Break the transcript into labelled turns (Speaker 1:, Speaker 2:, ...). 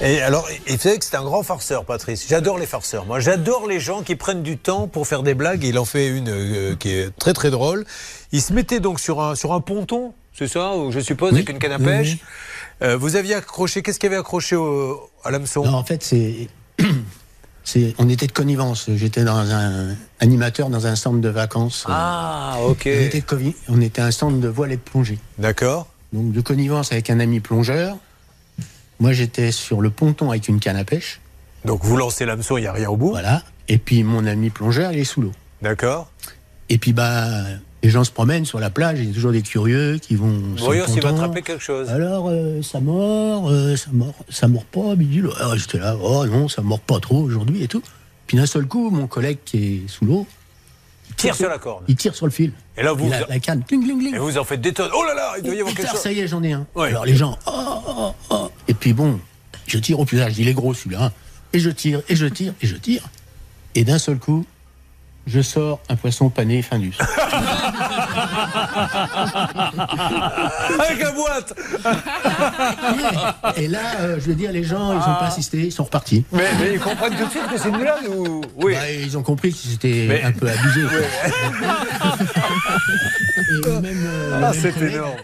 Speaker 1: Et alors, et vous savez que c'est un grand farceur, Patrice. J'adore les farceurs. Moi, j'adore les gens qui prennent du temps pour faire des blagues. Il en fait une euh, qui est très très drôle. Il se mettait donc sur un, sur un ponton, c'est ça, ou je suppose,
Speaker 2: Oui.
Speaker 1: avec une canne à
Speaker 2: Oui,
Speaker 1: pêche.
Speaker 2: oui.
Speaker 1: Euh, vous aviez accroché, qu'est-ce qu'il y avait accroché au, à l'hameçon
Speaker 2: Non, en fait, c'est. c'est- On était de connivence. J'étais dans un animateur dans un centre de vacances.
Speaker 1: Ah, ok.
Speaker 2: On était, de convi- on était un centre de voile et de plongée.
Speaker 1: D'accord.
Speaker 2: Donc de connivence avec un ami plongeur. Moi j'étais sur le ponton avec une canne à pêche.
Speaker 1: Donc vous lancez l'hameçon, il n'y a rien au bout.
Speaker 2: Voilà. Et puis mon ami plongeur, il est sous l'eau.
Speaker 1: D'accord.
Speaker 2: Et puis bah les gens se promènent sur la plage, il y a toujours des curieux qui vont. sont
Speaker 1: Voyons s'il va
Speaker 2: contents.
Speaker 1: attraper quelque chose.
Speaker 2: Alors euh, ça mord, euh, ça mord, ça mord pas, bidule. Alors j'étais là, oh non, ça mord pas trop aujourd'hui et tout. Puis d'un seul coup, mon collègue qui est sous l'eau,
Speaker 1: Tire sur la corne.
Speaker 2: il tire sur le fil.
Speaker 1: Et là, vous-
Speaker 2: la, la canne, cling, cling, cling.
Speaker 1: Et vous en faites des tonnes. Oh là là, il doit y avoir quelque
Speaker 2: Putain,
Speaker 1: chose.
Speaker 2: ça y est, j'en ai un.
Speaker 1: Ouais.
Speaker 2: Alors les gens, oh, oh, oh. Et puis bon, je tire au plus large, il est gros celui-là. hein. Et je tire, et je tire, et je tire. Et d'un seul coup, je sors un poisson pané findus.
Speaker 1: Avec la boîte
Speaker 2: et là, euh, je veux dire, les gens, ils n'ont
Speaker 1: Ah.
Speaker 2: pas assisté, ils sont repartis.
Speaker 1: mais, mais ils comprennent tout de suite que c'est une blague ou. Oui.
Speaker 2: Bah, ils ont compris que c'était
Speaker 1: Mais-
Speaker 2: un peu abusé. quoi. Et même, euh,
Speaker 1: Ah,
Speaker 2: même euh,
Speaker 1: c'est Tá
Speaker 2: collègue,
Speaker 1: énorme.